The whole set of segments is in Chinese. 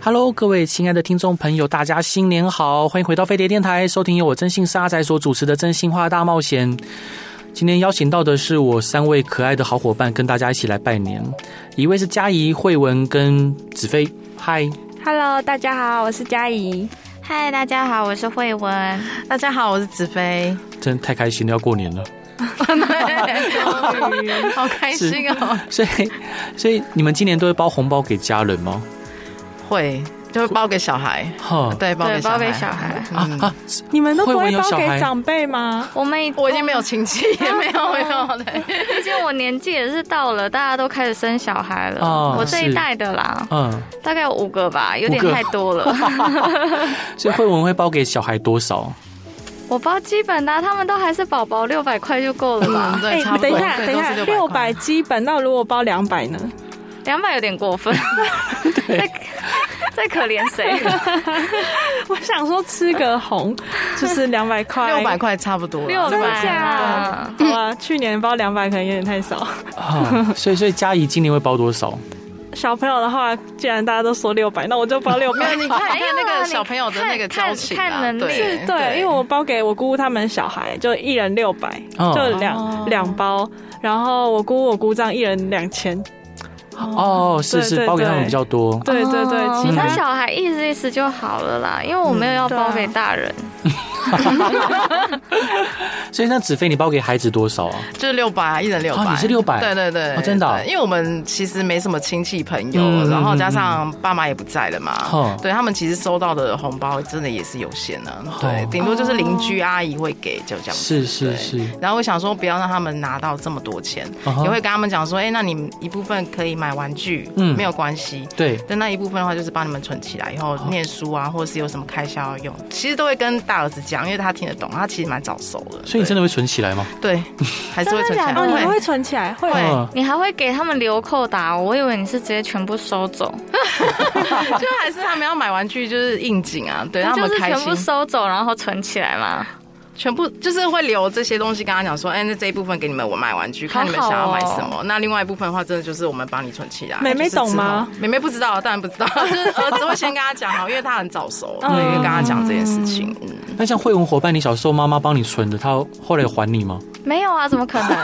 Hello，各位亲爱的听众朋友，大家新年好！欢迎回到飞碟电台，收听由我真心沙仔所主持的《真心话大冒险》。今天邀请到的是我三位可爱的好伙伴，跟大家一起来拜年。一位是佳怡、慧文跟子飞，嗨！ Hello，大家好，我是佳怡。嗨，大家好，我是慧文。大家好，我是子 飞，真的太开心了，要过年了。好开心哦！所以， 所以你们今年都会包红包给家人吗？会就会包给小孩，哈，对，包给对，小包孩，给小孩。嗯啊，你们都不慧文会有包小给孩长辈吗？我们我已经没有，亲戚，也没有，没有，对，毕竟我年纪也是到了，大家都开始生小孩了。哦我这是一代的啦，嗯，大概有五个吧，有点五个太多了。所以慧文会包给小孩多少？我包基本的啊、他们都还是宝宝，六百块就够了吧？嗯对，差不多。哎等一下，等一下，六百基本，那如果包两百呢？两百有点过分， 在在可怜谁？我想说吃个红，就是两百块，六百。块差不多，六真的百假啊！好吧，去年包两百可能有点太少。啊，所以所以佳怡今年会包多少？小朋友的话，既然大家都说六百，那我就包六没有，百。你看，你没有啊看那个小朋友的那个你看交情啊，看看能力对对，因为我包给我姑姑他们小孩，就一人六百，哦就两两包。然后我姑我姑丈一人两千。哦，是对是，对包给他们对比较多。对对对，哦其那他小孩意思意思就好了啦，因为我没有要对啊包给大人，所以那子飞，你包给孩子多少啊？就是六百，一人六百，啊你是600对对对哦，真的啊对因为我们其实没什么亲戚朋友，嗯然后加上爸妈也不在了嘛，哦对他们其实收到的红包真的也是有限的、对哦，顶多就是邻居阿姨会给，就这样子。是是对是，然后我想说，不要让他们拿到这么多钱，啊哈也会跟他们讲说，哎、那你们一部分可以买玩具，嗯没有关系。对，但那一部分的话，就是帮你们存起来，以后念书啊，或者是有什么开销要用，其实都会跟大儿子讲，因为他听得懂，他其实蛮早熟的。所以你真的的会存起来吗？对，还是会存 真的起来。假哦，的你们会会存起来，会对嗯你还会给他们留扣打哦，我以为你是直接全部收走。 就还是他们要买玩具，就是应景啊，对，让就他是们开全部心。收走，然后存起来嘛。全部就是会留这些东西，跟他讲说，哎、那这一部分给你们，我买玩具，哦看你们想要买什么。那另外一部分的话，真的就是我们帮你存起来。妹妹就是之后懂吗？妹妹不知道，当然不知道，哦 就是儿子会先跟他讲好，因为他很早熟，嗯所以会跟他讲这件事情。嗯，那像慧文伙伴，你小时候妈妈帮你存的，她后来有还你吗？没有啊，怎么可 能？哎、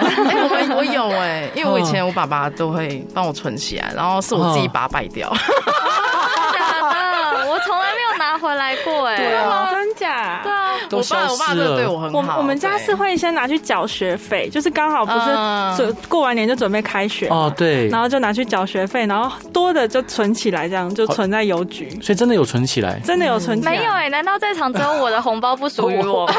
我们我有哎、因为我以嗯前我爸爸都会帮我存起来，然后是我自己把它败掉。假的，我从来没有拿回来过哎、对啊真假？对啊，都我消爸我爸失真的对了。我很我好。我们家对是会先拿去缴学费，就是刚好不嗯是准、过完年就准备开学嘛哦，，对，然后就拿去缴学费，然后多的就存起来，这样就存在邮局。所以真的有存起来。真的有存起来？没有哎、难道在场只有我的红包不属于我吗？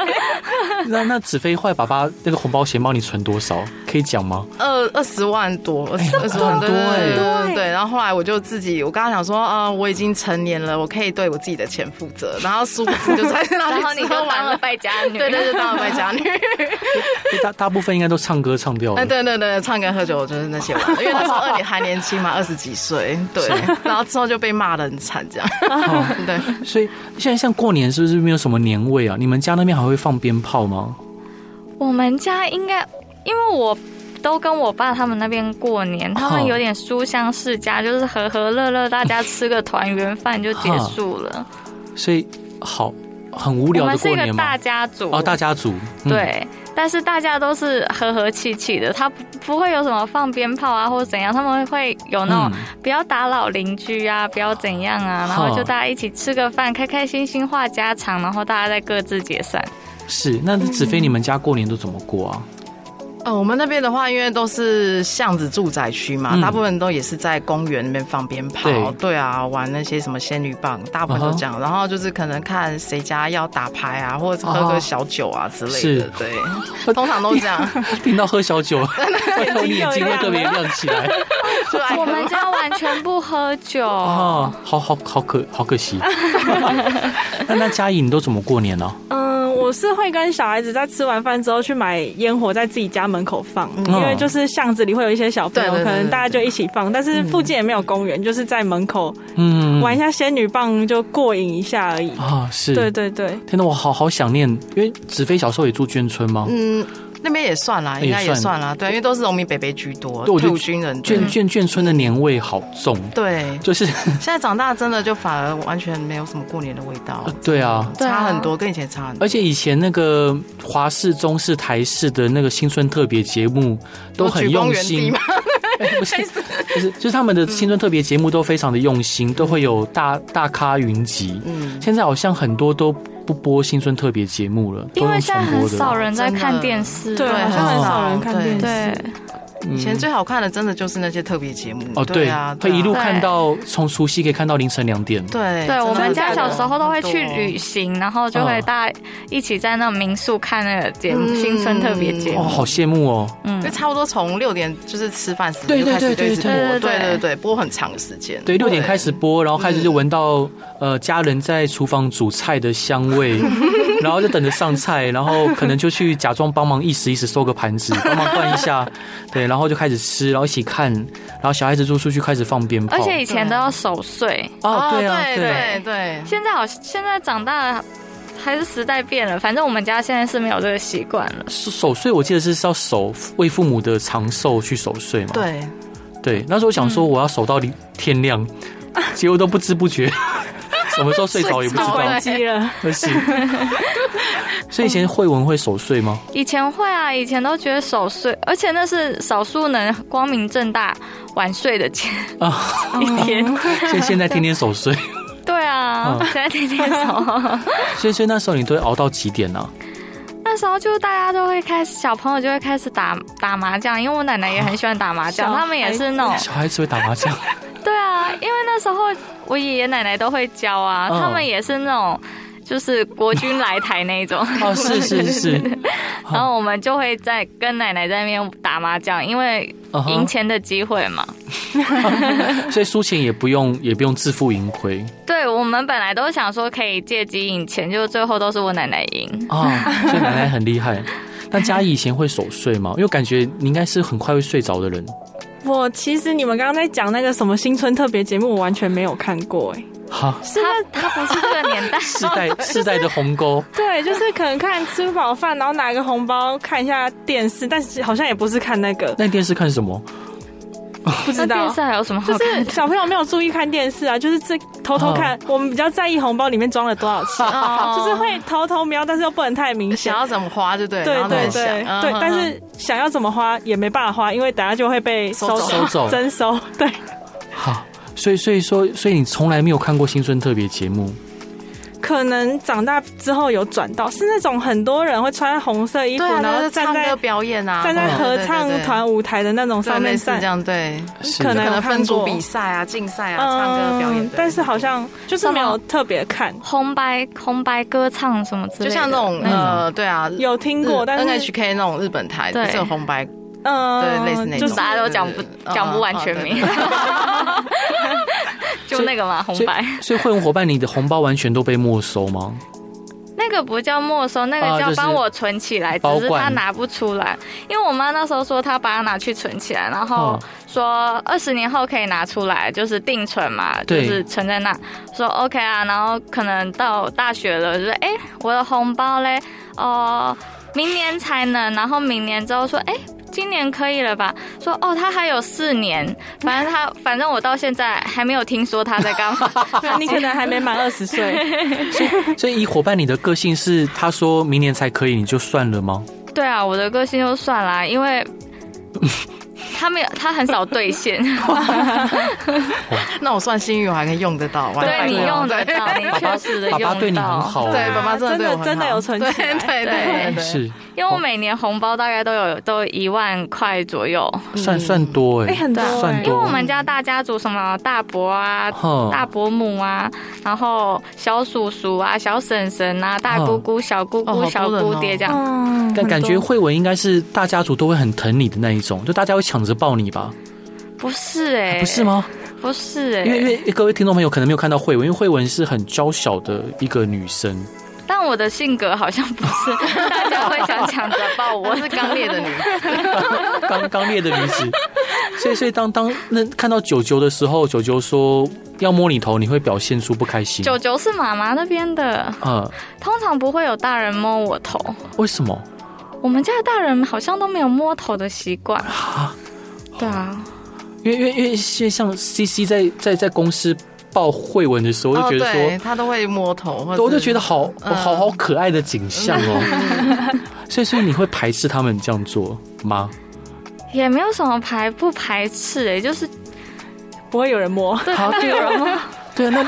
那那子飞坏爸爸那个红包钱包你存多少？可以讲吗？二二十万多，哎二十二十很万多对对对欸对对对对对。然后后来我就自己，我刚刚想说，啊，我已经成年了，我可以对我自己的钱负责。然后殊不知就才然然后你就完当了了。败家女，对对对，当了败 家女。因为大大部分应该都唱歌唱掉啊哎，了。对对对，唱歌喝酒就是那些玩的，因为那时候二年还年轻嘛，二十几岁，对。然后之后就被骂的很惨，这样。哦 对，所以现在像过年是不是没有什么年味啊？你们家那边还会放鞭炮吗？我们家应该，因为我都跟我爸他们那边过年，他们有点书香世家，就是和和乐乐，大家吃个团圆饭就结束了。所以好很无我聊们的是一过个年大吗？家族哦，大家族。嗯，对，但是大家都是和和气气的，他不不会有什么放鞭炮啊或者怎样，他们会有那嗯种不要打扰邻居啊，不要怎样啊，然后哈就大家一起吃个饭，开开心心话家常，然后大家再各自解散。 是。那子飞，你们家过年都怎么过啊？呃，我们那边的话，因为都是巷子住宅区嘛，嗯大部分都也是在公园那边放鞭炮，对嗯啊，玩那些什么仙女棒，大部分都这样。然后就是可能看谁家要打牌啊，或者是喝哦个小酒啊之类是的， 对，通常都这样。听到喝小酒， 我你眼睛会有亮特别了亮起来。就爱喝我们家完全不喝酒，哦，好好好可好可 惜。那那嘉怡，你都怎么过年呢、啊嗯，我是会跟小孩子在吃完饭之后去买烟火，在自己家门口放，因为就是巷子里会有一些小朋友，嗯对对对可能对大家就一起放，但是附近也没有公园，就是在门口嗯，玩一下仙女棒就过瘾一下而已。嗯啊，是。对对对，天哪，我好好想念，因为子飞小时候也住眷村嘛。嗯，那边也算啦，应该也也算算啦，对，因为都是农民北北居多，对我觉得退伍军人对眷眷眷村的年味好重，对。 就是现在长大真的就反而完全没有什么过年的味道，对啊。对啊差很多，跟以前差很多。而且以前那个华视、中视、台视的那个新春特别节目都哦很用心， 哎不是不是，就是他们的新春特别节目都非常的用心，都会有大大咖云集。嗯，现在好像很多都不播新春特别节目了，都因为用现在重播很的少人在真的看电视，对，对好像很少人看很少电视。对，嗯以前最好看的真的就是那些特别节目。哦，对啊，，会一路对看到从除夕可以看到凌晨两点。对对，我们家小时候都会去旅旅行，然后就会大家一起在那民宿看那个节目《嗯新春特别节哦，目》。好羡慕哦！嗯因为，差不多从六点就是吃饭时对间就开始对就对一直播，对对对对对对，播很长的时间。对，六点开始播，然后开始就闻到呃家人在厨房煮菜的香味，然后就等着上菜，然后可能就去假装帮忙一时一时收个盘子，帮忙换一下，对，然后就开始吃，然后一起看，然后小孩子就出去开始放鞭炮。而且以前都要守岁，哦，对啊，对对，对对，现在好，现在长大了还是时代变了，反正我们家现在是没有这个习惯了。守岁我记得是是要守为父母的长寿去守岁嘛。对，对，那时候想说我要守到离天亮，结果都不知不觉，什么时候睡着也不知睡道着了。关机了，可惜。所以以前慧文会守岁吗？以前会啊，以前都觉得守岁，而且那是少数能光明正大晚睡的天啊，一天。 现现在天天守岁， 对啊嗯，现在天天守。 所以所以那时候你都会熬到几点啊 呢、 那时候就大家都会开始，小朋友就会开始打打麻将，因为我奶奶也很喜欢打麻将，小他们也是那种小孩子会打麻将，对啊，因为那时候我爷爷奶奶都会教啊，嗯他们也是那种就是国军来台那一种，哦，是是是，然后我们就会在跟奶奶在那边打麻将，因为 嗯哼赢钱的机会嘛。所以输钱也不用也不用自负盈亏 对我们本来都想说可以借机赢钱，就最后都是我奶奶赢。啊，所以奶奶很厉害。那嘉怡以前会守岁吗？因为感觉你应该是很快会睡着的人我其实你们刚刚在讲那个什么新春特别节目，我完全没有看过哎、哈，是那她她不是这个年 代，世代 世代的鸿沟，对，就是可能看吃饱饭，然后拿个红包看一下电视，但是好像也不是看那 个，那电视看什么？不那知电道视。还有什么啊好就看是的？小朋友没有注意看电视啊，就是这偷偷看。我们比较在意红包里面装了多少钱，哦就是会偷偷瞄，但是又不能太明显想。要怎么花就对，对然后对在对想嗯对嗯，但嗯是想要怎么花也没办法花，因为等下就会被收收走收走 征收。对，好，所以所以说，所以你从来没有看过新春特别节目可能长大之后有转到，是那种很多人会穿红色衣服，对啊，然然后后站唱在歌表演啊，站在嗯合对对唱对团舞台的那种对上面类似站这，样，对，是可可能有能看分组过比赛啊、竞赛啊、嗯，唱歌表演，对但是好像就是没有特别看，红白红白歌唱什么之类的，就像那种种呃，对啊，有听过，日但是 NHK 那种日本台，就对是有红白，嗯，对，类似那就种，是大家都讲不嗯讲不完全名， 嗯嗯就那个嘛，红白所以会员伙伴，你的红包完全都被没收吗？那个不叫没收，那个啊就叫是帮我存起来，保只是管他拿不出来，因为我妈那时候说她把它拿去存起来，然后哦说二十年后可以拿出来，就是定存嘛，就对是存在那，说 OK 啊，然后可能到大学了，就是哎、我的红包嘞，哦、明年才能，然后明年之后说哎。今年可以了吧？说哦，他还有四年，反正他，反正我到现在还没有听说他在干嘛。 对你可能还没满二十岁，所以以伙伴，你的个性是他说明年才可以，你就算了吗？对啊，我的个性就算啦，因为他没有，他很少兑现， 那我算幸运，我还可以用得到，完对全你啊用用得得到到，你确实的爸爸对用你很到。好、啊对，爸爸真真的的对我很好真的有存起来对对对对，对是。因为我每年红包大概都有都一万块左右，算算多哎、哎很多哎算因为我多。们家大家族什么大伯啊、哼大伯母啊，然后小叔叔啊、小婶婶啊、大姑姑、小姑哦好多姑、人小姑爹这样。嗯，但感觉很多慧文应该是大家族都会很疼你的那一种，就大家会抢着抱你吧？啊不是哎、不是？吗？不是哎、因为因为各位听众朋友可能没有看到慧文，因为慧文是很娇小的一个女生， 但我的性格好像不是大家会想抢着抱 我我。是刚烈的女 子，刚刚烈的女子。所以所以当当那看到九九的时候，九九说要摸你头，你会表现出不开心。九九是妈妈那边的，嗯，通常不会有大人摸我头。为什么？我们家的大人好像都没有摸头的习惯。对啊，因为因为因为因为像 C C 在在在公司报慧文的时候，我哦，就觉得说，对，他都会摸头，或者对我就觉得好、嗯好好可爱的景象哦。 所以所以你会排斥他们这样做吗？也没有什么排不排斥、哎，就是不会有人摸，对，不会有人摸，对啊，那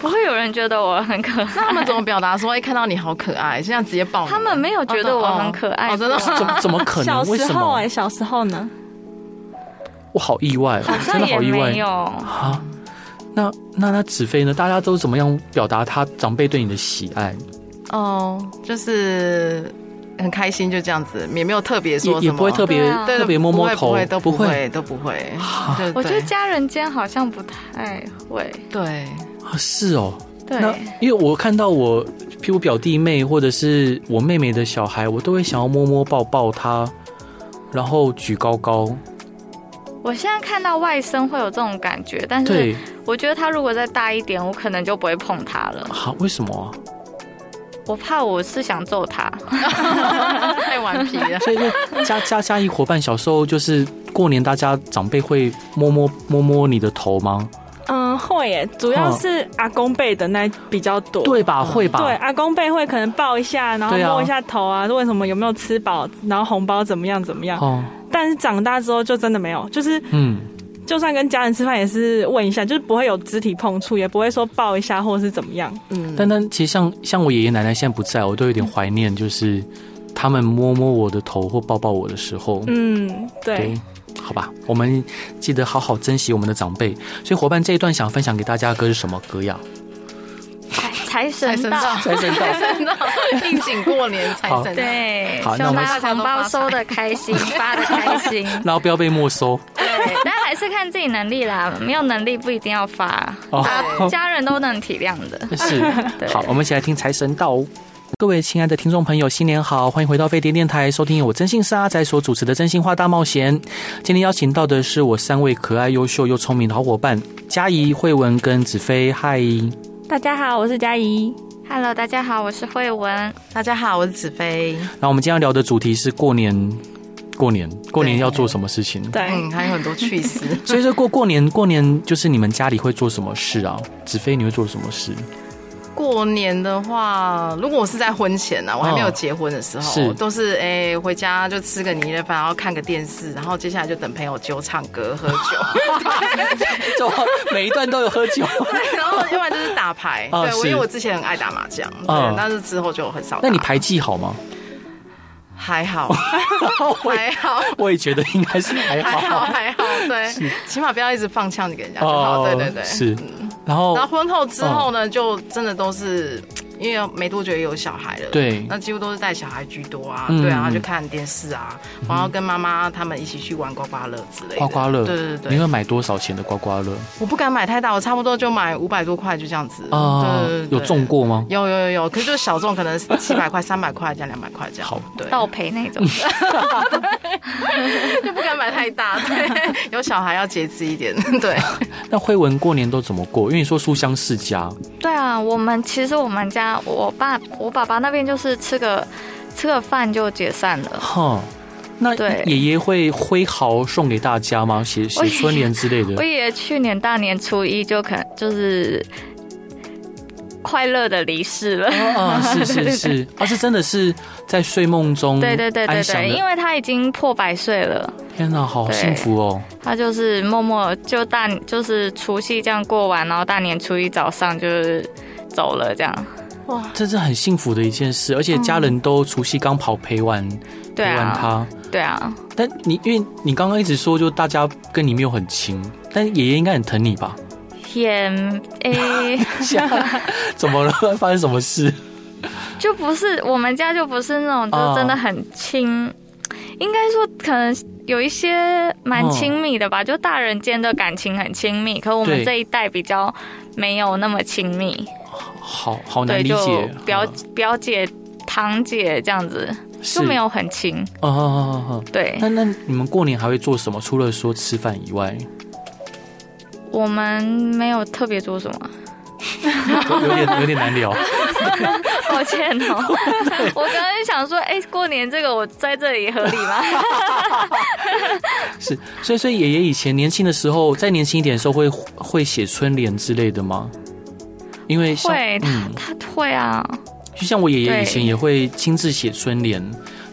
不会有人觉得我很可爱。那他们怎么表达说，哎，看到你好可爱，现在直接抱你 他们没有觉得我很可爱哦真的哦过真的怎么怎么可能？小为时什候么欸哎、？小时候呢，我好意外哦，好真像的也好意没外有。啊！那那那子飞呢？大家都怎么样表达他长辈对你的喜爱？ 哦，就是很开心，就这样子，也没有特别也说也什么不会特别、对啊对特别摸摸头不会，，都不不会啊会，都不会。就我觉得对家人间好像不太会。对， 啊，是哦。对，那因为我看到我，譬如表弟妹或者是我妹妹的小孩，我都会想要摸摸抱抱他，然后举高高。我现在看到外甥会有这种感觉，但是对，我觉得他如果再大一点，我可能就不会碰他了。好、为什么啊？我怕我是想揍 他。太顽皮了。所以就家家家一伙伴小时候就是过年，大家长辈会摸摸摸摸你的头吗？嗯，会耶，主要是阿公辈的那比较多。哦对吧？会吧？对，阿公辈会可能抱一下，然后对啊摸一下头啊，问什么有没有吃饱，然后红包怎么样怎么样。哦，但是长大之后就真的没有，就是嗯，就算跟家人吃饭也是问一下，就是不会有肢体碰触，也不会说抱一下或是怎么样。嗯，但但其实像像我爷爷奶奶现在不在，我都有点怀念，就是他们摸摸我的头或抱抱我的时候，嗯，对对，，好吧，我们记得好好珍惜我们的长辈。所以伙伴这一段想分享给大家的歌是什么歌呀？财财财神 神到到，。财神到，财神到，应景过年财神到。对，好希那我望们大家红包收的开心，发的开 心。然后不要被没收对，但还是看自己能力啦，没有能力不一定要发，哦。家人都能体谅的。是，啊对好，我们一起来听财神到。各位亲爱的听众朋友，新年好！欢迎回到飞碟电台，收听由我真心是阿仔所主持的《真心话大冒险》。今天邀请到的是我三位可爱、优秀又聪明的好伙伴佳怡、慧文跟子飞。嗨，大家好，我是佳怡。 Hello，大家好，我是慧文。大家好，我是子飞。然后我们今天要聊的主题是过年，过年，过年要做什么事情？对，嗯，还有很多 趣事。所以说过过年，过年就是你们家里会做什么事啊？子飞，你会做什么事？过年的话，如果我是在婚前啊，我还没有结婚的时候，哦是都是哎、回家就吃个年夜饭，然后看个电视，然后接下来就等朋友揪唱歌、 喝酒，就每一段都有喝酒。对，然后要不然就是打牌。啊对，我因是为我之前很爱打麻将，嗯对，但是之后就很少打。那你牌哦技好吗？还好，我也还好。我也觉得应该是还还好 好。哦还好， 对，起码不要一直放枪给人家就好，哦对对对。是。然后然后婚后之后呢，就真的都是因为没多久也有小孩了，对那几乎都是带小孩居多啊，嗯对啊，就看电视啊，然后跟妈妈他们一起去玩刮刮乐之类的。刮刮乐，对对对你对，会买多少钱的刮刮乐我不敢买太大，我差不多就买五百多块，就这样子。啊对对？对有中。过吗？有有有有，可是就小众，可能七百块、三百块加两百块这样。好，对，倒赔那 种，就 不敢买太大，对， 有小孩要节制一点，对。那辉文过年都怎么过？因为你说书香世家，对啊，我们其实我们家我爸我爸爸那边就是吃个吃个饭就解散了。哈，那对爷爷会挥毫送给大家吗？写我写春联之类的我。爷爷去年大年初一就可能就是快乐的离世了。啊，是 是是，而是真的是在睡梦中，对对对对安详对，的因为他已经破百岁了，天哪，好对幸福哦！他就是默默就大就是除夕这样过完，然后大年初一早上就是走了这样。哇，这是很幸福的一件事，而且家人都除夕刚跑陪玩，陪对啊玩他。对啊，但你因为你刚刚一直说，就大家跟你没有很亲，但爷爷应该很疼你吧？ 也诶、怎么了？发生什么事？就不是我们家就不是那种哦就真的很亲，应该说可能有一些蛮亲密的吧，就大人间的感情很亲密，可我们哦对这一代比较没有那么亲密，好好难对，理就解，表嗯表姐、堂姐这样子是就没有很亲，哦哦哦哦哦对那那你们过年还会做什么？除了说吃饭以外， 我们没有特别做什么。 有有点有点难聊。抱歉 哦，我刚刚想说，哎、过年这个我在这里合理吗？是，所以所以爷爷以前年轻的时候，再年轻一点的时候会会写春联之类的吗？因为像会，他嗯，他会啊，就像我爷爷对以前也会亲自写春联，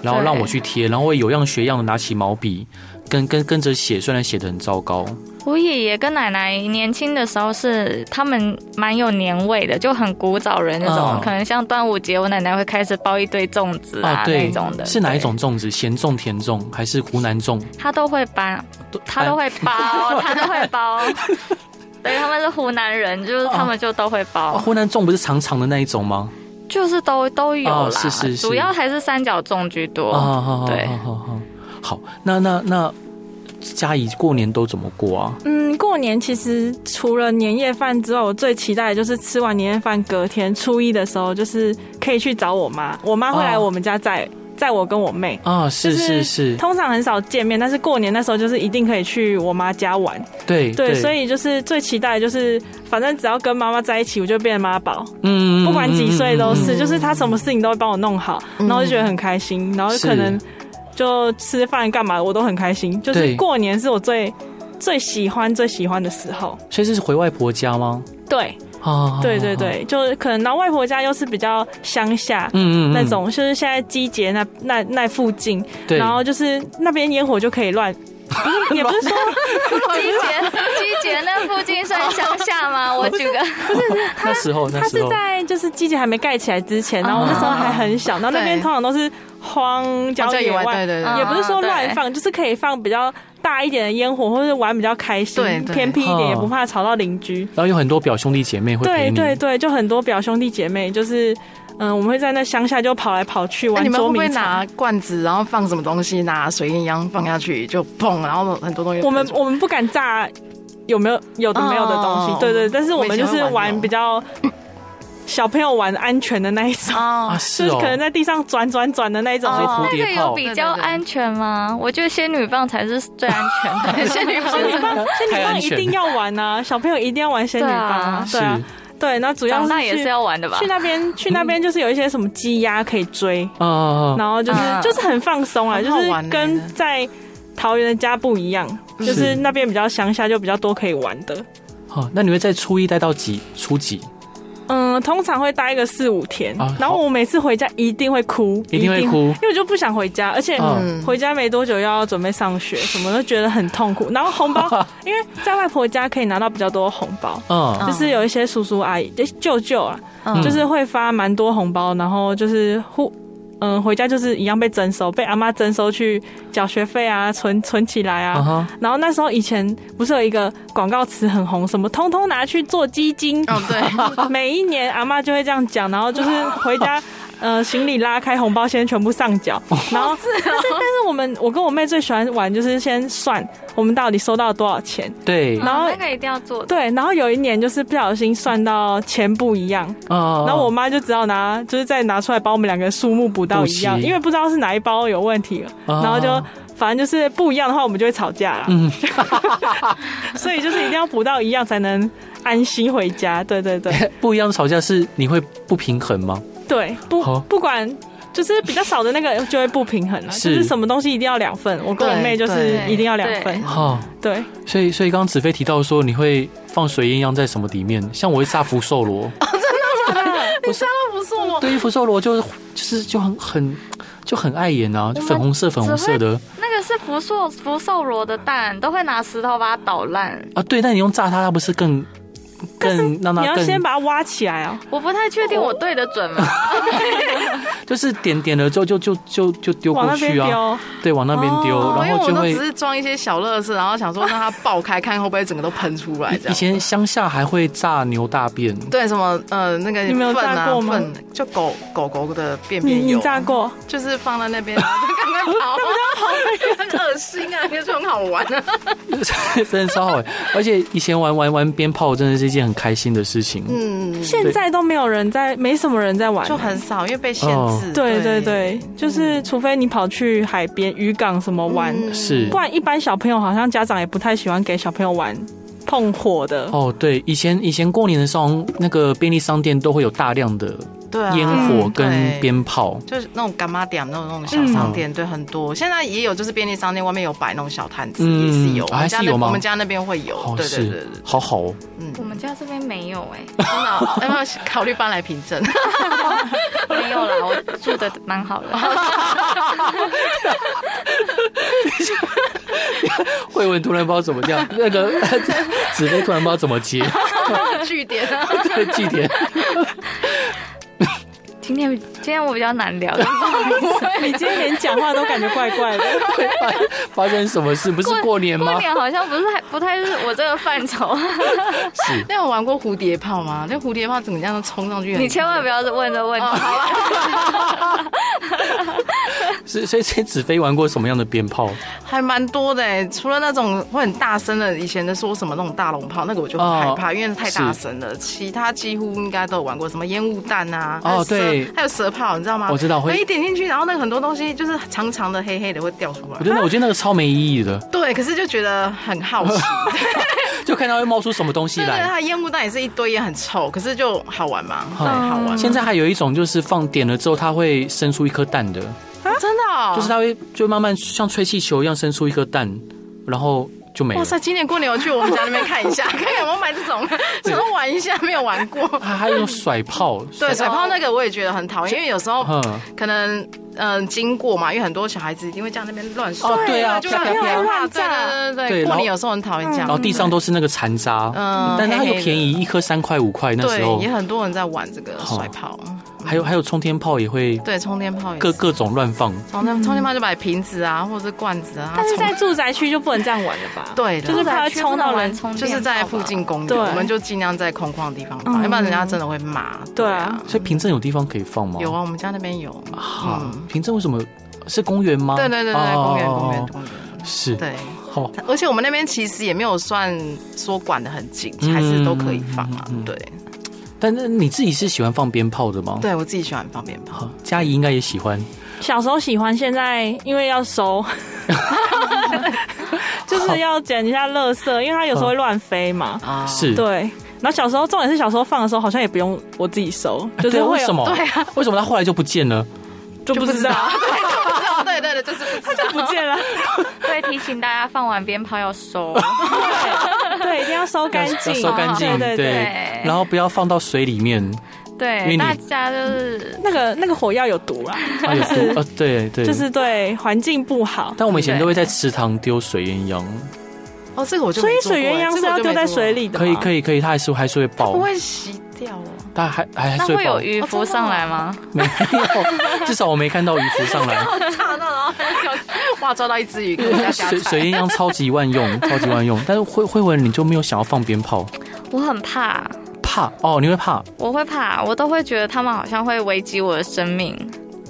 然后对让我去贴，然后会有样学样的拿起毛笔，跟跟跟着写，虽然写的很糟糕。我爷爷跟奶奶年轻的时候是他们蛮有年味的，就很古早人那种，嗯可能像端午节，我奶奶会开始包一堆粽子啊啊，那对种，的。是哪一对？种粽子？咸粽、甜粽还是湖南粽？他都会包，都他都会哎包，他都 会包。对，他们是湖南人，哦就是他们就都会包，啊湖南粽不是长长的那一种吗？就是都都有啦。哦是是是主要还是三角粽居多。啊，好好好哦对好好好，好，那那那嘉怡过年都怎么过啊？嗯，过年其实除了年夜饭之外，我最期待的就是吃完年夜饭隔天初一的时候，就是可以去找我妈，我妈会来哦我们家载载我跟我妹。啊，是就是是，通常很少见面，但是过年那时候就是一定可以去我妈家玩。对对，所以就是最期待的就是，反正只要跟妈妈在一起，我就变妈宝，嗯不管几岁都嗯嗯嗯嗯是，就是她什么事情都会帮我弄好，然后就觉得很开心，然后是可能就吃饭干嘛我都很开心，就对是过年是我最最喜欢最喜欢的时候。嗯所以这是回外婆家吗？对，啊，对对，对，就是可能然后外婆家又是比较乡下。嗯嗯，嗯那，种就是现在季节那那那附近，嗯对，然后就是那边烟火就可以 乱，也不是说季节季节那附近算乡下吗？我举个那时候那它时是候，在就是季节还没盖起来之前，然后我那时候还很小，然后那边哦对通常都是荒郊郊野野外，对哦外，嗯对对，也不是说乱放，就是可以放比较大一点的烟火，或者玩比较开心对、哦对偏僻一嗯点，也不怕吵到邻居。然后有很多表兄弟姐妹会陪对你，对对，就很多表兄弟姐妹，就是嗯，我们会在那乡下就跑来跑去那玩哎你们会捉不迷会藏。拿罐子，然后放什么东西，拿水烟枪放下去就砰，然后很多东西我喷们出来。我们不敢炸有没有有的没有的东哦西，对对，但是我们就我以是前会玩那玩种比较小朋友玩安全的那一种。啊，哦，是就是哦，可能哦在地上转转转的那一种，所以蝴这蝶个有炮，比较安全吗？我觉得仙女棒才是最安全的。仙女 仙女棒，仙太安女棒一全定要玩啊！小朋友一定要玩仙女棒啊！是对啊，对，那主要长是大也去是要玩的吧去？那边，去那边就是有一些什么鸡鸭可以追，啊啊，啊然后就是嗯就是很放松啊，很就好是玩欸跟在桃园的家不一样，就是是那边比较乡下，就比较多可以玩的。好，哦那你会在初一待到几初几？嗯，通常会待个四五天啊，然后我每次回家一定会哭，一定会哭因为我就不想回家，而且嗯回家没多久又要准备上学，什么都觉得很痛苦。然后红包，啊因为在外婆家可以拿到比较多红包，嗯，就是有一些叔叔阿姨、就是舅舅啊，就是会发蛮多红包，然后就是互。嗯，回家就是一样被征收，被阿妈征收去缴学费啊，存存起来啊。啊哈，然后那时候以前不是有一个广告词很红，什么通通拿去做基金，哦对， 每一年阿妈就会这样讲，然后就是回家，呃，行李拉开，红包先全部上缴，哦然后但是但是我们我跟我妹最喜欢玩就是先算我们到底收到多少钱，对，啊然后那个一定要做的。对，然后有一年就是不小心算到钱不一样，啊，然后我妈就只好拿就是再拿出来把我们两个数目补到一补样，齐因为不知道是哪一包有问题了，啊然后就反正就是不一样的话我们就会吵架啦，嗯， 所以就是一定要补到一样才能安心回家，对 对对。不一样的吵架是你会不平衡吗？对，不好不管就是比较少的那个就会不平衡了，啊是就是什么东西一定要两份，我跟我妹就是对一定要两份，哈，对，哦所以所以刚刚子飞提到说你会放水烟枪在什么里面？像我会炸福寿螺，你杀都不是 我，对于福寿螺就就是就很很就很碍眼啊，就们粉红色粉红色的那个是福寿福寿螺的蛋，都会拿石头把它捣烂。啊，对，但你用炸它，它不是更更让你它要先更，把它挖起来哦。我不太确定我对的准吗？就是点点了之后就就就就丢往过那边去啊，丢，对，往那边丢，哦然因为后我就都会只是装一些小乐事，然后想说让它爆开，看会不会整个都喷出来以这样。前乡下还会炸牛大便， 对，什么呃那个你没有粪炸啊过吗粪，就狗狗狗的便你便你油，炸过？就是放在那边， 然后就赶快跑，很恶心啊，可是很好玩啊。真的超好玩。而且以前玩玩玩鞭炮，真的是一件很开心的事情。嗯，现在都没有人在，没什么人在玩，就很少，因为被限哦制。对对对，就是除非你跑去海边、渔港什么玩，嗯是不然一般小朋友好像家长也不太喜欢给小朋友玩碰火的。哦，对，以前以前过年的时候，那个便利商店都会有大量的对啊，烟嗯火跟对鞭炮。就是那种干妈店，那种那种小商店，对，很多。现在也有，就是便利商店外面有摆那种小摊子，嗯也是有。啊还是我们家那有吗我们家那边会有，哦，对对对对是，好好哦。嗯， 我们家这边没有哎、真的哦，要不要考虑搬来凭证？没有啦，我住的蛮好的。慧文突然不知道怎么这样， 那个 子飞突然不知道怎么接，据点 啊，对，祭点。今天今天我比较难聊，你今天连讲话都感觉怪怪的，会发发生什么事？不是过年吗过？年好像不是太不太是我这个范畴，是那有玩过蝴蝶炮吗？那蝴蝶炮怎么样都冲上去很？你千万不要问这哦问题。是，所以所以子飞玩过什么样的鞭炮？还蛮多的欸，除了那种会很大声的，以前的说什么那种大龙炮，那个我就很哦害怕，因为太大声了。其他几乎应该都有玩过，什么烟雾弹啊，哦还有蛇对还有蛇炮，你知道吗？我知道会一点进去，然后那个很多东西就是长长的、黑黑的会掉出来我。觉 得我觉得那个超没意义的，对，可是就觉得很好 奇。就看到会冒出什么东西对对，来。它的烟雾弹也是一堆，也很臭，可是就好玩嘛，对，嗯好 玩。现在还有一种就是放点了之后，它会生出一颗蛋的，真的哦，就是它会就慢慢像吹气球一样生出一颗蛋，然后就没哇了。塞，今年过年我去我们家那边看一下， 看看有没有买这种，想说玩一下，没有玩过。还还有一种甩炮， 对，水泡那个我也觉得很讨厌，因为有时候嗯，可能嗯、经过嘛，因为很多小孩子一定会这样那边乱甩，哦对啊就啪啪很啪怕，乱对炸对对对对，然后过年有时候很讨厌这样，然后地上都是那个残渣，嗯但它又黑黑的便宜，一颗三块五块，那时对，候哦也很多人在玩这个甩炮，还有还有冲天炮也会对，冲天炮也各是。各种乱放，冲天冲天炮就买瓶子啊，或者是罐子啊，但是在冲住宅区就不能这样玩了吧？对的就是怕会冲到人。充就是在附近公对园，我们就尽量在空旷的地方放，嗯要不然人家真的会骂。对啊，所以凭证有地方可以放吗？有啊，我们家那边有。啊嗯，凭证为什么是公园吗？对对对啊对，哦公园公园公园。是，对，好，而且我们那边其实也没有算说管的很紧，嗯还是都可以放啊。嗯嗯嗯嗯对，哦但是你自己是喜欢放鞭炮的吗？对我自己喜欢放鞭炮，好，嘉怡应该也喜欢，小时候喜欢，现在因为要收，就是要捡一下垃圾，因为它有时候会乱飞嘛。啊，是，对，然后小时候重点是小时候放的时候好像也不用我自己收，就是哎对会为有什么？为什么他后来就不见了？就不知道， 对对对，就是不知道。不见了。对，提醒大家放完鞭炮要收。对 对，一定要收干要净，哦要收干净，对对对，对然后不要放到水里面，因为对，你大家就是那个那个火药有毒啊，啊，有毒，呃，对对，就是对环境不好。但我们以前都会在池塘丢水鸳鸯，哦，这个我就所以水鸳鸯是要丢在水，里的，可以可。以可以，它还是还是会爆不，哦会洗掉哦。 但还还还那是会会爆有，渔哦真夫的上哦来吗？ 没有，至少我没看到鱼浮上 来。查到了，哇，抓到一只鱼，给我家加水水菜。鸳鸯超级万用， 超级万用。但是慧慧文，你就没有想要放鞭炮？我很怕，怕哦，你会怕？我会怕，我都会觉得他们好像会危及我的生命。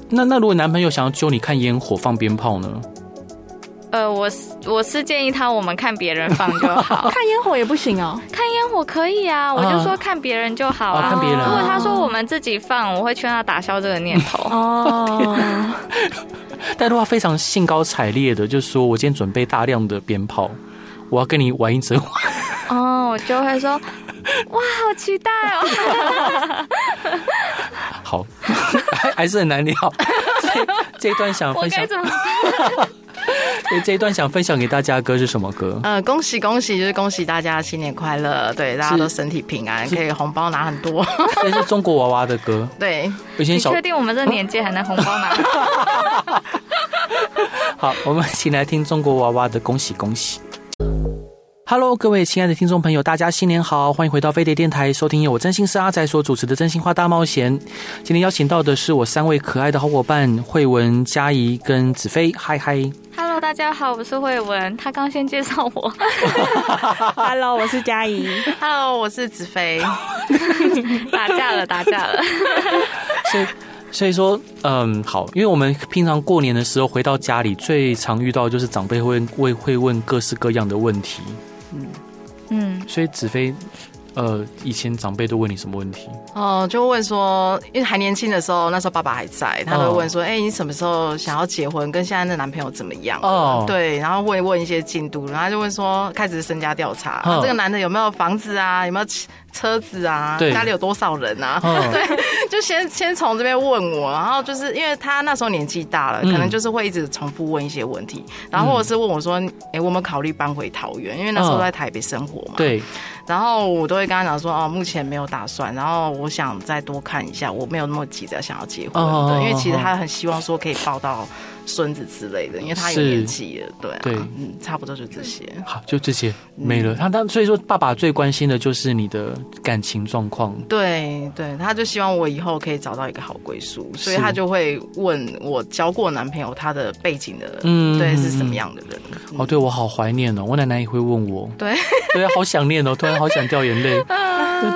那那如果男朋友想要揪你看烟火放鞭炮呢？呃，我是我是建议他我们看别人放就 好，看烟火也不行哦，看烟火可以啊，我就说看别人就好哦，啊。看别人如果啊。他说我们自己放，我会劝他打消这个念头。哦，但如果他非常兴高采烈的，就说我今天准备大量的鞭炮，我要跟你玩一整晚。哦，我就会说，哇，好期待哦！ 好， 还还是很难聊。 这这一段想我分该享，怎么办？对这一段想分享给大家的歌是什么 歌？呃，恭喜恭喜，就是恭喜大家新年快乐，对，大家都身体平安，可以红包拿很多，这是中国娃娃的歌。对，以前你小确定我们这年纪还能红包 拿？好，我们一起来听中国娃娃的《恭喜恭喜》。 Hello，各位亲爱的听众朋友，大家新年好！欢迎回到飞碟电台，收听由我真心是阿仔所主持的《真心话大冒险》。今天邀请到的是我三位可爱的好伙伴慧文、佳怡跟子飞。嗨嗨， Hello，大家好，我是慧文。他刚先介绍我， Hello，我是佳怡。 Hello，我是子飞。打架了，打架了。所以 所以说，嗯，好，因为我们平常过年的时候回到家里，最常遇到就是长辈会会会问各式各样的问题。嗯，所以子飞，呃，以前长辈都问你什么问题？哦、就问说，因为还年轻的时候，那时候爸爸还在，他会问说，哎、你什么时候想要结婚？跟现在的男朋友怎么样？哦对，然后问问一些进度，然后他就问说，开始身家调查，啊嗯这个男的有没有房子啊？有没有车车子啊？对家里有多少人啊？嗯对，就先先从这边问我，然后就是因为他那时候年纪大了，嗯可能就是会一直重复问一些问题，然后或者是问我说，哎、我们考虑搬回桃园，因为那时候嗯都在台北生活嘛。对，然后我都会跟他讲说，哦，目前没有打算，然后我想再多看一下，我没有那么急着想要结婚，哦对，因为哦其实哦他很希望说可以抱到孙子之类的，因为他有是年纪了，对、啊，对嗯，差不多就这些。好，就这些没嗯了。他他所以说，爸爸最关心的就是你的感情状况。嗯对对，他就希望我以后可以找到一个好归宿，所以是他就会问我交过男朋友他的背景的，嗯对，是什么样的人？嗯哦，对我好怀念哦，我奶奶也会问我， 对， 对啊，好想念哦，突然好想掉眼泪。对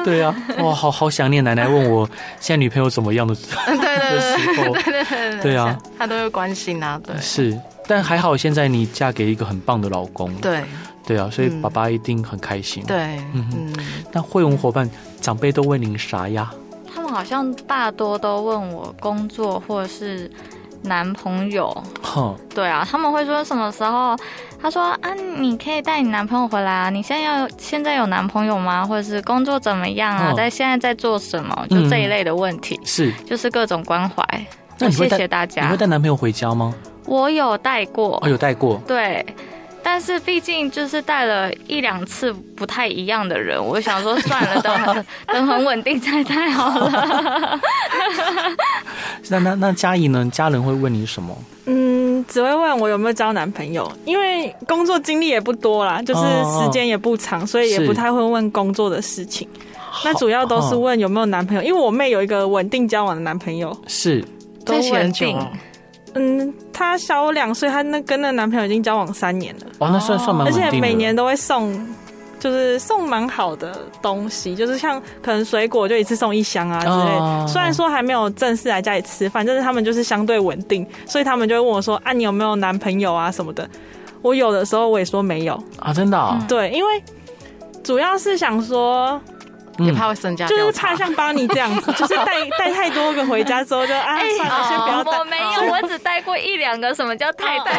对啊，哇，好好想念奶奶问我现在女朋友怎么样的 对对的对时候，对对对对啊，他都会关心啊，对是。但还好，现在你嫁给一个很棒的老公，对对啊，所以嗯爸爸一定很开心。，对，嗯，那慧文伙伴长辈都问您啥呀？他们好像大多都问我工作或者是男朋友。哼，对啊，他们会说什么时候？他说啊，你可以带你男朋友回来啊。你现在要现在有男朋友吗？或者是工作怎么样啊？嗯在现在在做什么？就这一类的问题，是。就是各种关怀。嗯那你会谢带谢大你家会。带男朋友回家吗？我有带过，哦，有带过。对，但是毕竟就是带了一两次不太一样的人，我想说算了，等 很等很稳定再带好了。那那那嘉怡呢？家人会问你什么？嗯，只会问我有没有交男朋友，因为工作经历也不多啦，就是哦时间也不长，所以也是不太会问工作的事情。那好主要都是哦问有没有男朋友，因为我妹有一个稳定交往的男朋友，是都在一起稳很久定哦嗯，她小我两岁，她那跟那男朋友已经交往三年了，哦，那算算蛮而稳定的。且每年都会送。就是送蛮好的东西，就是像可能水果就一次送一箱啊之类的。哦虽然说还没有正式来家里吃饭，但是他们就是相对稳定，所以他们就会问我说：“啊，你有没有男朋友啊什么的？”我有的时候我也说没有，啊，真的啊、对，因为主要是想说，嗯也怕会身 家就调是查怕像巴尼这样子，就是带带太多个回家之后就啊，算 了，先不要带哦我。没有，我只带过一两个。什么叫太带？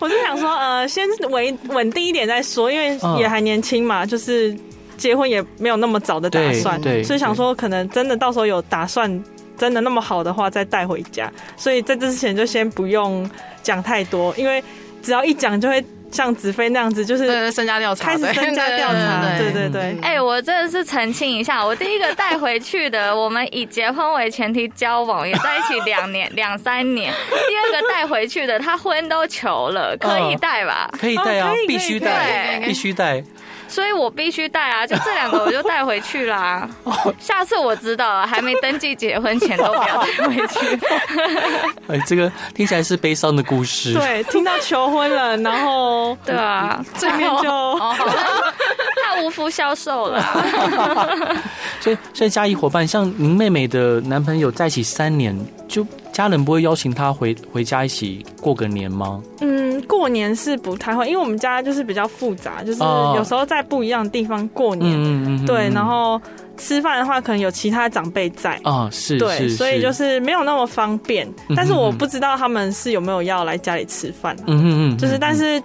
我就想说，呃，先稳稳定一点再说，因为嗯也还年轻嘛，就是结婚也没有那么早的打算，对对所以想说可能真的到时候有打算。真的那么好的话，再带回家。所以在这之前就先不用讲太多，因为只要一讲就会像子飞那样子，就是 对对身家调查，开始对增加调查。对 对对对对， 哎、我真的是澄清一下，我第一个带回去的，我们以结婚为前提交往，也在一起两年两三年。第二个带回去的，他婚都求了，可以嗯带吧？可以带啊，哦可以必须可以带，可以必须带。所以我必须带啊，就这两个我就带回去 啦。下次我知道了，还没登记结婚前都不要带回去。哎，这个听起来是悲伤的故事。对，听到求婚了，然后对啊，这面 就、太无福消受了啊。所以所以嘉怡伙伴，像您妹妹的男朋友在一起三年，就家人不会邀请她回回家一起过个年吗？嗯，过年是不太会，因为我们家就是比较复杂，就是哦有时候在不一样的地方过年，嗯嗯嗯，对，嗯然后吃饭的话可能有其他长辈在。啊是，对，是嗯所以就是没有那么方便，哼但是我不知道他们是有没有要来家里吃饭啊、嗯嗯嗯，就是嗯但嗯是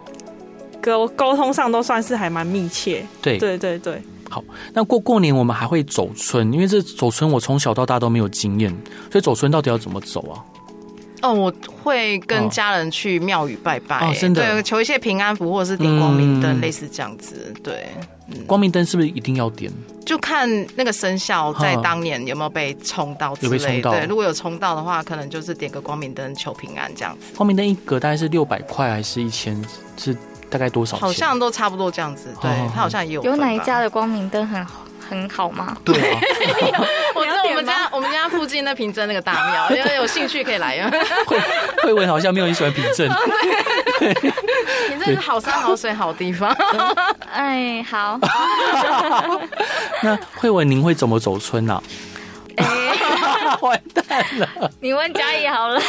沟沟通上都算是还蛮密切，对对对对，那过过年我们还会走村，因为这走村我从小到大都没有经验，所以走村到底要怎么走啊？哦，我会哦跟家人去庙宇拜拜、哦真的对，求一些平安符或者是点光明灯，嗯类似这样子。对，光明灯是不是一定要点？就看那个生肖哈在当年有没有被冲到之有被类冲到的。对，如果有冲到的话，可能就是点个光明灯求平安这样子。光明灯一格大概是六百块还是一千？是大概多少钱？好像都差不多这样子。对哦他好像也有 有分哪一吧家的光明灯很好很好吗？对啊，我知道你要我点们家我们家附近那平镇那个大庙， 因为有兴趣可以来。慧慧文好像没有很喜欢凭证，平镇是好山好水好地方，哎， 好，那慧文您会怎么走村啊？ 完蛋了！哎你问嘉怡好 了。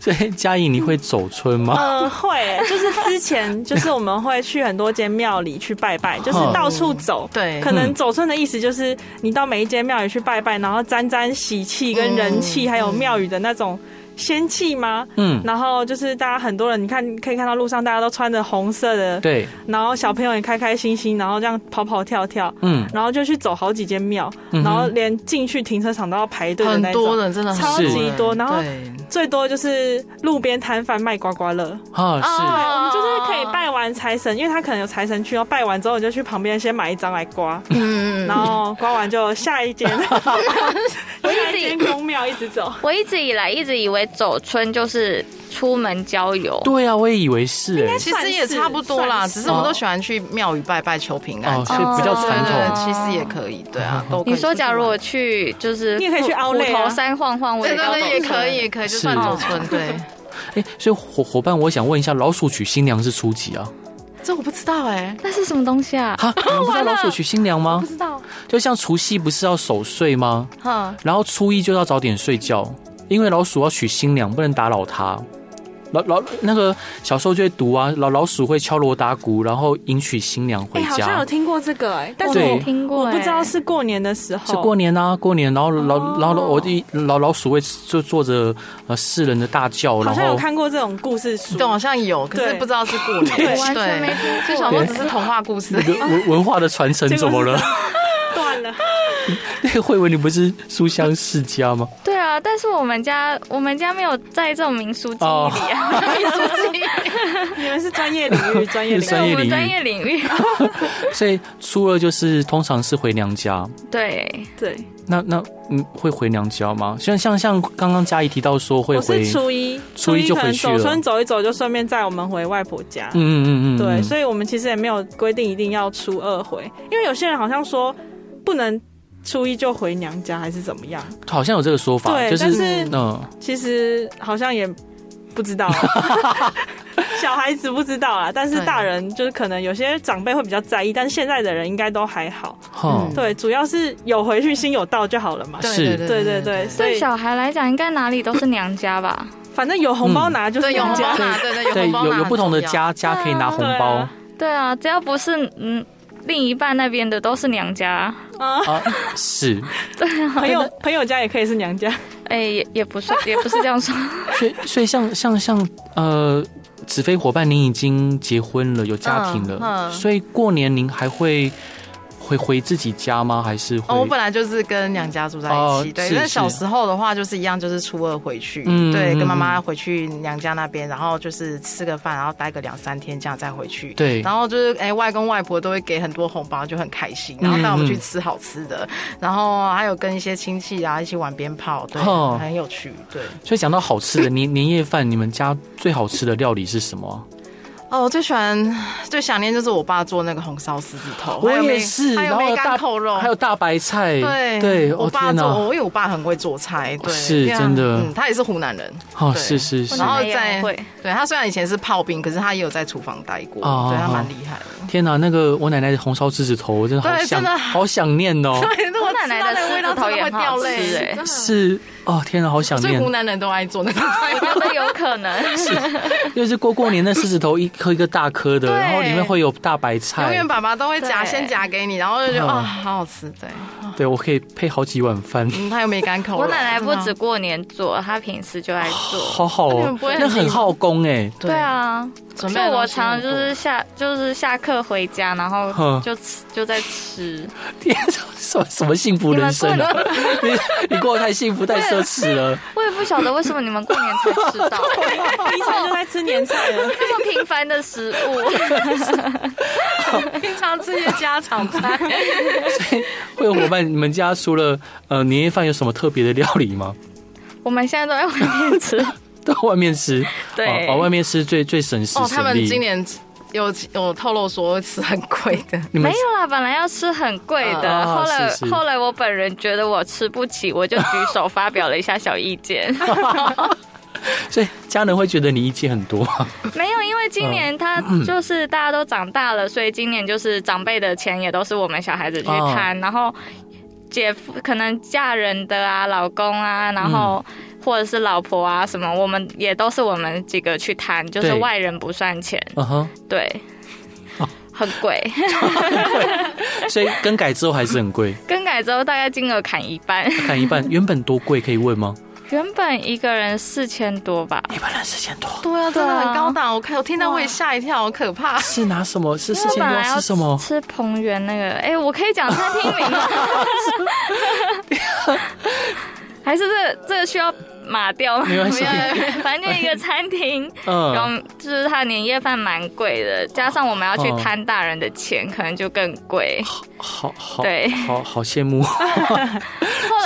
所以嘉颖，你会走村吗？呃， 会，就是之前就是我们会去很多间庙里去拜拜，就是哦到处走。对可能走村的意思就是你到每一间庙里去拜拜，然后沾沾喜气跟人气，嗯还有庙宇的那种仙气吗？嗯，然后就是大家很多人，你看可以看到路上大家都穿着红色的，对，然后小朋友也开开心心，然后这样跑跑跳跳，嗯，然后就去走好几间庙，嗯哼然后连进去停车场都要排队的很那多种。人真的很超级人多然后对最多就是路边摊贩卖刮刮乐，啊，我们就是可以拜完财神，因为他可能有财神去，然后拜完之后我就去旁边先买一张来刮，嗯，然后刮完就下 一间，下一间公庙一直走。我一直以来一直以为走村就是出门郊游是，，对啊，我也以为是哎，其实也差不多啦，算是只是我们都喜欢去庙宇拜拜求平安哦，。所以比较对传对，统。其实也可以，对啊，都可以你说假如我去就是，你也可以去凹凹类啊头山晃晃，我对也对要对，也走村可以，。也可以，就是算走村。对，哎，所以伙伙伴，我想问一下，老鼠娶新娘是初几啊？这我不知道哎，那是什么东西啊？哈，你们不知道老鼠娶新娘吗？不知道，就像除夕不是要守岁吗？哈，然后初一就要早点睡觉，因为老鼠要娶新娘，不能打扰它。老老那个小时候就会读啊，老老鼠会敲锣打鼓，然后迎娶新娘回哎，好像家。有听过这个哎，但我是对没我听过，我不知道哎是过哦年的时候，是过年啊，过年，然后老、然后我一老老鼠会就坐着呃世人的大叫，好然像有后啊看过这种故事书对，。好像有，可是对不知道是过年，我完全没对，听就过想说只是童话故事那。个文文化的传承 结怎果么是了？断了，那个慧文，你不是书香世家吗？ 对啊，但是我们家我们家没有在这种民俗记忆里啊， 你们是专业领 域，专业领是哦域专业领对我域们专业领域。所以初二就是通常是回娘家。对，对。那那嗯，会回娘家吗？像像像刚刚嘉怡提到说会我回是，初一，初一就可能回去了走村走一走，就顺便载我们回外婆家。嗯嗯嗯嗯，对，嗯所以我们其实也没有规定一定要初二回，因为有些人好像说不能初一就回娘家，还是怎么样？好像有这个说法，对就但是是嗯，其实好像也不 知道， 小孩子不知道啊，但是对大人就是可能有些长辈会比较在意，但是现在的人应该都还好。哈嗯，对，主要是有回去心有到就好了嘛。是对对对对对，所对以小孩来讲，应该哪里都是娘家吧？反正有红包拿就是对，有娘红家包。拿，对对，有对，红包拿有有很不同的重要家家可以拿红对包啊对啊，只要不是嗯另一半那边的，都是娘家。啊，啊，是，朋友朋友家也可以是娘家，哎、也也不是，也不是这 样说。所以所以像像像呃，子飞伙伴，您已经结婚了，有家庭了，嗯嗯所以过年您还会会回自己家吗？还是哦，我会？本来就是跟娘家住在一哦起，对。是那是小时候的话，就是一样，就是初二回去，嗯对，跟妈嗯妈回去娘家那边，然后就是吃个饭，然后待个两三天，这样再回去。对然后就是哎、外公外婆都会给很多红包，就很开心，嗯然后带我们去吃好吃的，然后还有跟一些亲戚啊一起玩鞭炮，对，哦很有趣，对。所以讲到好吃的年年夜饭，你们家最好吃的料理是什么啊？哦，我最喜欢、最想念就是我爸做那个红烧狮子头，我还有梅也是，还有然后梅有大干扣肉，还有大白菜，对对，哦我爸天做，哪，我因为我爸很会做菜，对，是因为他真的嗯，他也是湖南人，哦对是是是然，后我奶奶也再会对他虽然以前是炮兵，可是他也有在厨房待过，哦对他蛮厉害的。天哪，那个我奶奶的红烧狮子头，我真的好对想，真的好想念哦，对，那我我奶奶的狮吃到那个味子道头也真的会很好掉吃泪，哎、是哦，天哪，好想所以念湖，南人都爱做那个菜我。觉得有可能。就是过过年那狮子头一颗一个大颗的，对然后里面会有大白永菜远，爸爸都会夹，对先夹给你，然后就觉得嗯啊，好好吃。对，对我可以配好几碗饭，嗯，他又没干口肉。我奶奶不真的啊止过年做，她平时就爱做。 好好那你哦们，不会很那很耗工哎， 对对，啊，准备就的我东西常很就多是下就是下课回家，然后哼就吃就在吃。天，什么什么幸福人生啊！ 你你过得太幸福太奢侈啊了，我也不晓得为什么你们过年才吃 到以前就在吃年菜了。这么平凡的食物。 平常吃一些家常菜。会有伙伴，你们家除了呃年夜饭有什么特别的料理吗？ 我们现在都在外面吃， 到外面吃，对哦，哦外面吃最最省时哦，他省们力。今年有有透露说是很贵的，你没们有啦，本来要吃很贵的，啊后来是是后来我本人觉得我吃不起，我就举手发表了一下小意 见。所以家人会觉得你意见很多啊，没有，因为今年他就是大家都长大了，所以今年就是长辈的钱也都是我们小孩子去摊，然后姐夫可能嫁人的啊，老公啊，然后。或者是老婆啊什么，我们也都是我们几个去摊，就是对外人不算钱，嗯哼，对，很贵。 所以更改之后还是很贵，更改之后大概金额砍一半，砍一半。原本多贵可以问吗？原本一个人四千多吧，一般人四千多， 对啊，真的很高档。我看我听到哇我也吓一跳，好可怕。是拿什么？是四因为千本来多要是什么？吃彭源那个，哎、我可以讲餐厅 名吗？还是这这个需要码掉吗？没关系不要反正就一个餐厅，然嗯，后就是它的年夜饭蛮贵的，加上我们要去哦摊大人的钱，可能就更贵。好好对好好羡慕。后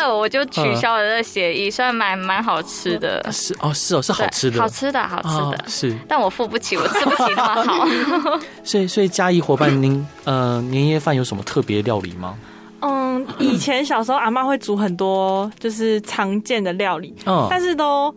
来我就取消了这个协议，虽然蛮蛮好吃的，是哦，是哦，是好对吃的，好吃的，好吃的。啊，是。但我付不起，我吃不起那 么好。所以所以嘉义伙伴，您呃年夜饭有什么特别料理吗？ 嗯，以前小时候阿妈会煮很多就是常见的料理，嗯，但是都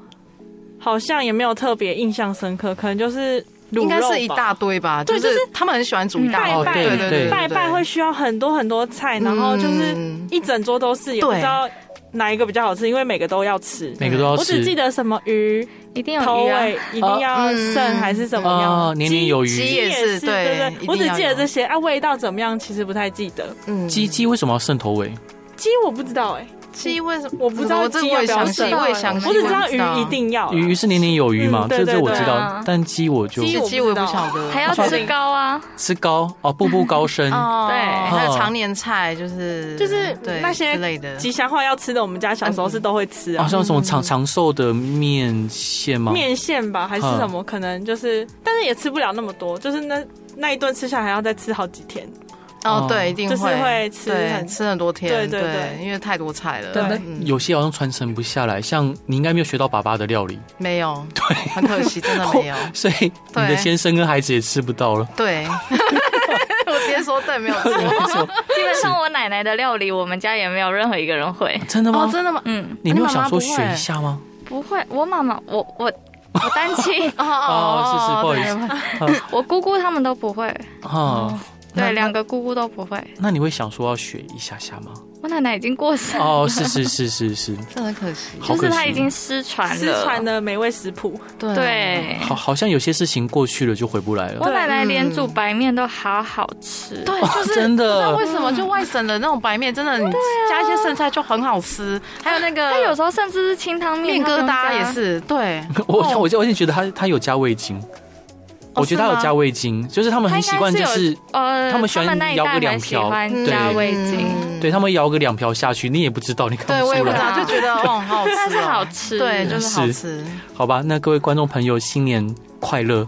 好像也没有特别印象深刻，可能就是卤应该肉吧是一大堆吧，对就是就他们很喜欢煮一大拜堆，拜对对对，拜拜会需要很多很多菜，然后就是嗯一整桌都是，也不对知道哪一个比较好吃，因为每个都要吃。每个都要吃。我只记得什么鱼一 定头有鱼啊！尾欸一定要剩还是怎么哦样，，年年有鸡余。鸡也是是对对一对，定我只要记得有这些啊，味道怎么样其实不太记得。嗯鸡鸡为什么要渗头尾？鸡我不知道哎，鸡为什么我不知道我这鸡要我也不要详细，生我也详细，我只知道鱼一定要啦，鱼是年年有余嘛，嗯对这这对我对知道啊。但鸡我就鸡鸡我不鸡我也不知道晓得，还要吃糕啊！吃高哦，步步高升。哦，对还有常年菜，就是就是对那些之类的，吉祥话要吃的，我们家小时候是都会吃好啊，哦像什么长长寿的面线吗？嗯面线吧还是什么，可能就是，但是也吃不了那么多，就是那那一顿吃下来还要再吃好几天。哦哦，对，一定就是会吃对很吃很多天，对对对因为太多菜了，对嗯有些好像传承不下来，像你应该没有学到爸爸的料理， 没有，对，很可惜，真的没有，所以你的对先生跟孩子也吃不到了。对，我直接说对，没有错，基本上我奶奶的料理，我们家也没有任何一个人会。 真的吗哦，？真的吗？嗯，你没有想说你妈学妈不会，一下吗？不会。我妈妈，我我我单亲 哦哦是是对我姑姑他们都不会。啊，那对，两个姑姑都不会。那你会想说要学一下下吗？我奶奶已经过世，哦，是是是是是，真的很可惜，好就可是她惜啊已经失传了。失传。的美味 食谱，对对，好，好像有些事情过去了就回不来我了。奶奶连嗯煮白面都好好吃。对，就是真的不知道为什么就外省的那种白面，真的你啊加一些剩菜就很好吃，还有那她有个时候甚至是清汤面，面疙她瘩们家也。是，对，我我我就我就觉得他他有加味精，我觉得他有加味精，就是他们她很应习惯就该是有呃，他们喜欢那一摇代个两很喜瓢欢加对味精，嗯对他们摇个两瓢下去，你也不知道，你看对，我也出不知来。道，就觉得哦，好好吃哦， 但是好吃。对，就是好是吃。好吧，那各位观众朋友，新年快乐！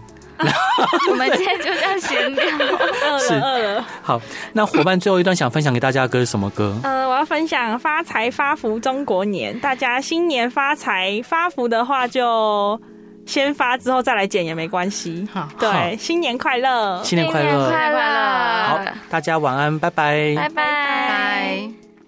我们今天就这样 闲聊。饿是了饿了。好，那伙伴最后一段想分享给大家的歌是什么歌？呃，我要分享发财发福中国年，大家新年发财发福的话就先发，之后再来减也没关系好。好对，新年快乐！新年快乐！快乐好乐，，大家晚安，拜拜。拜拜。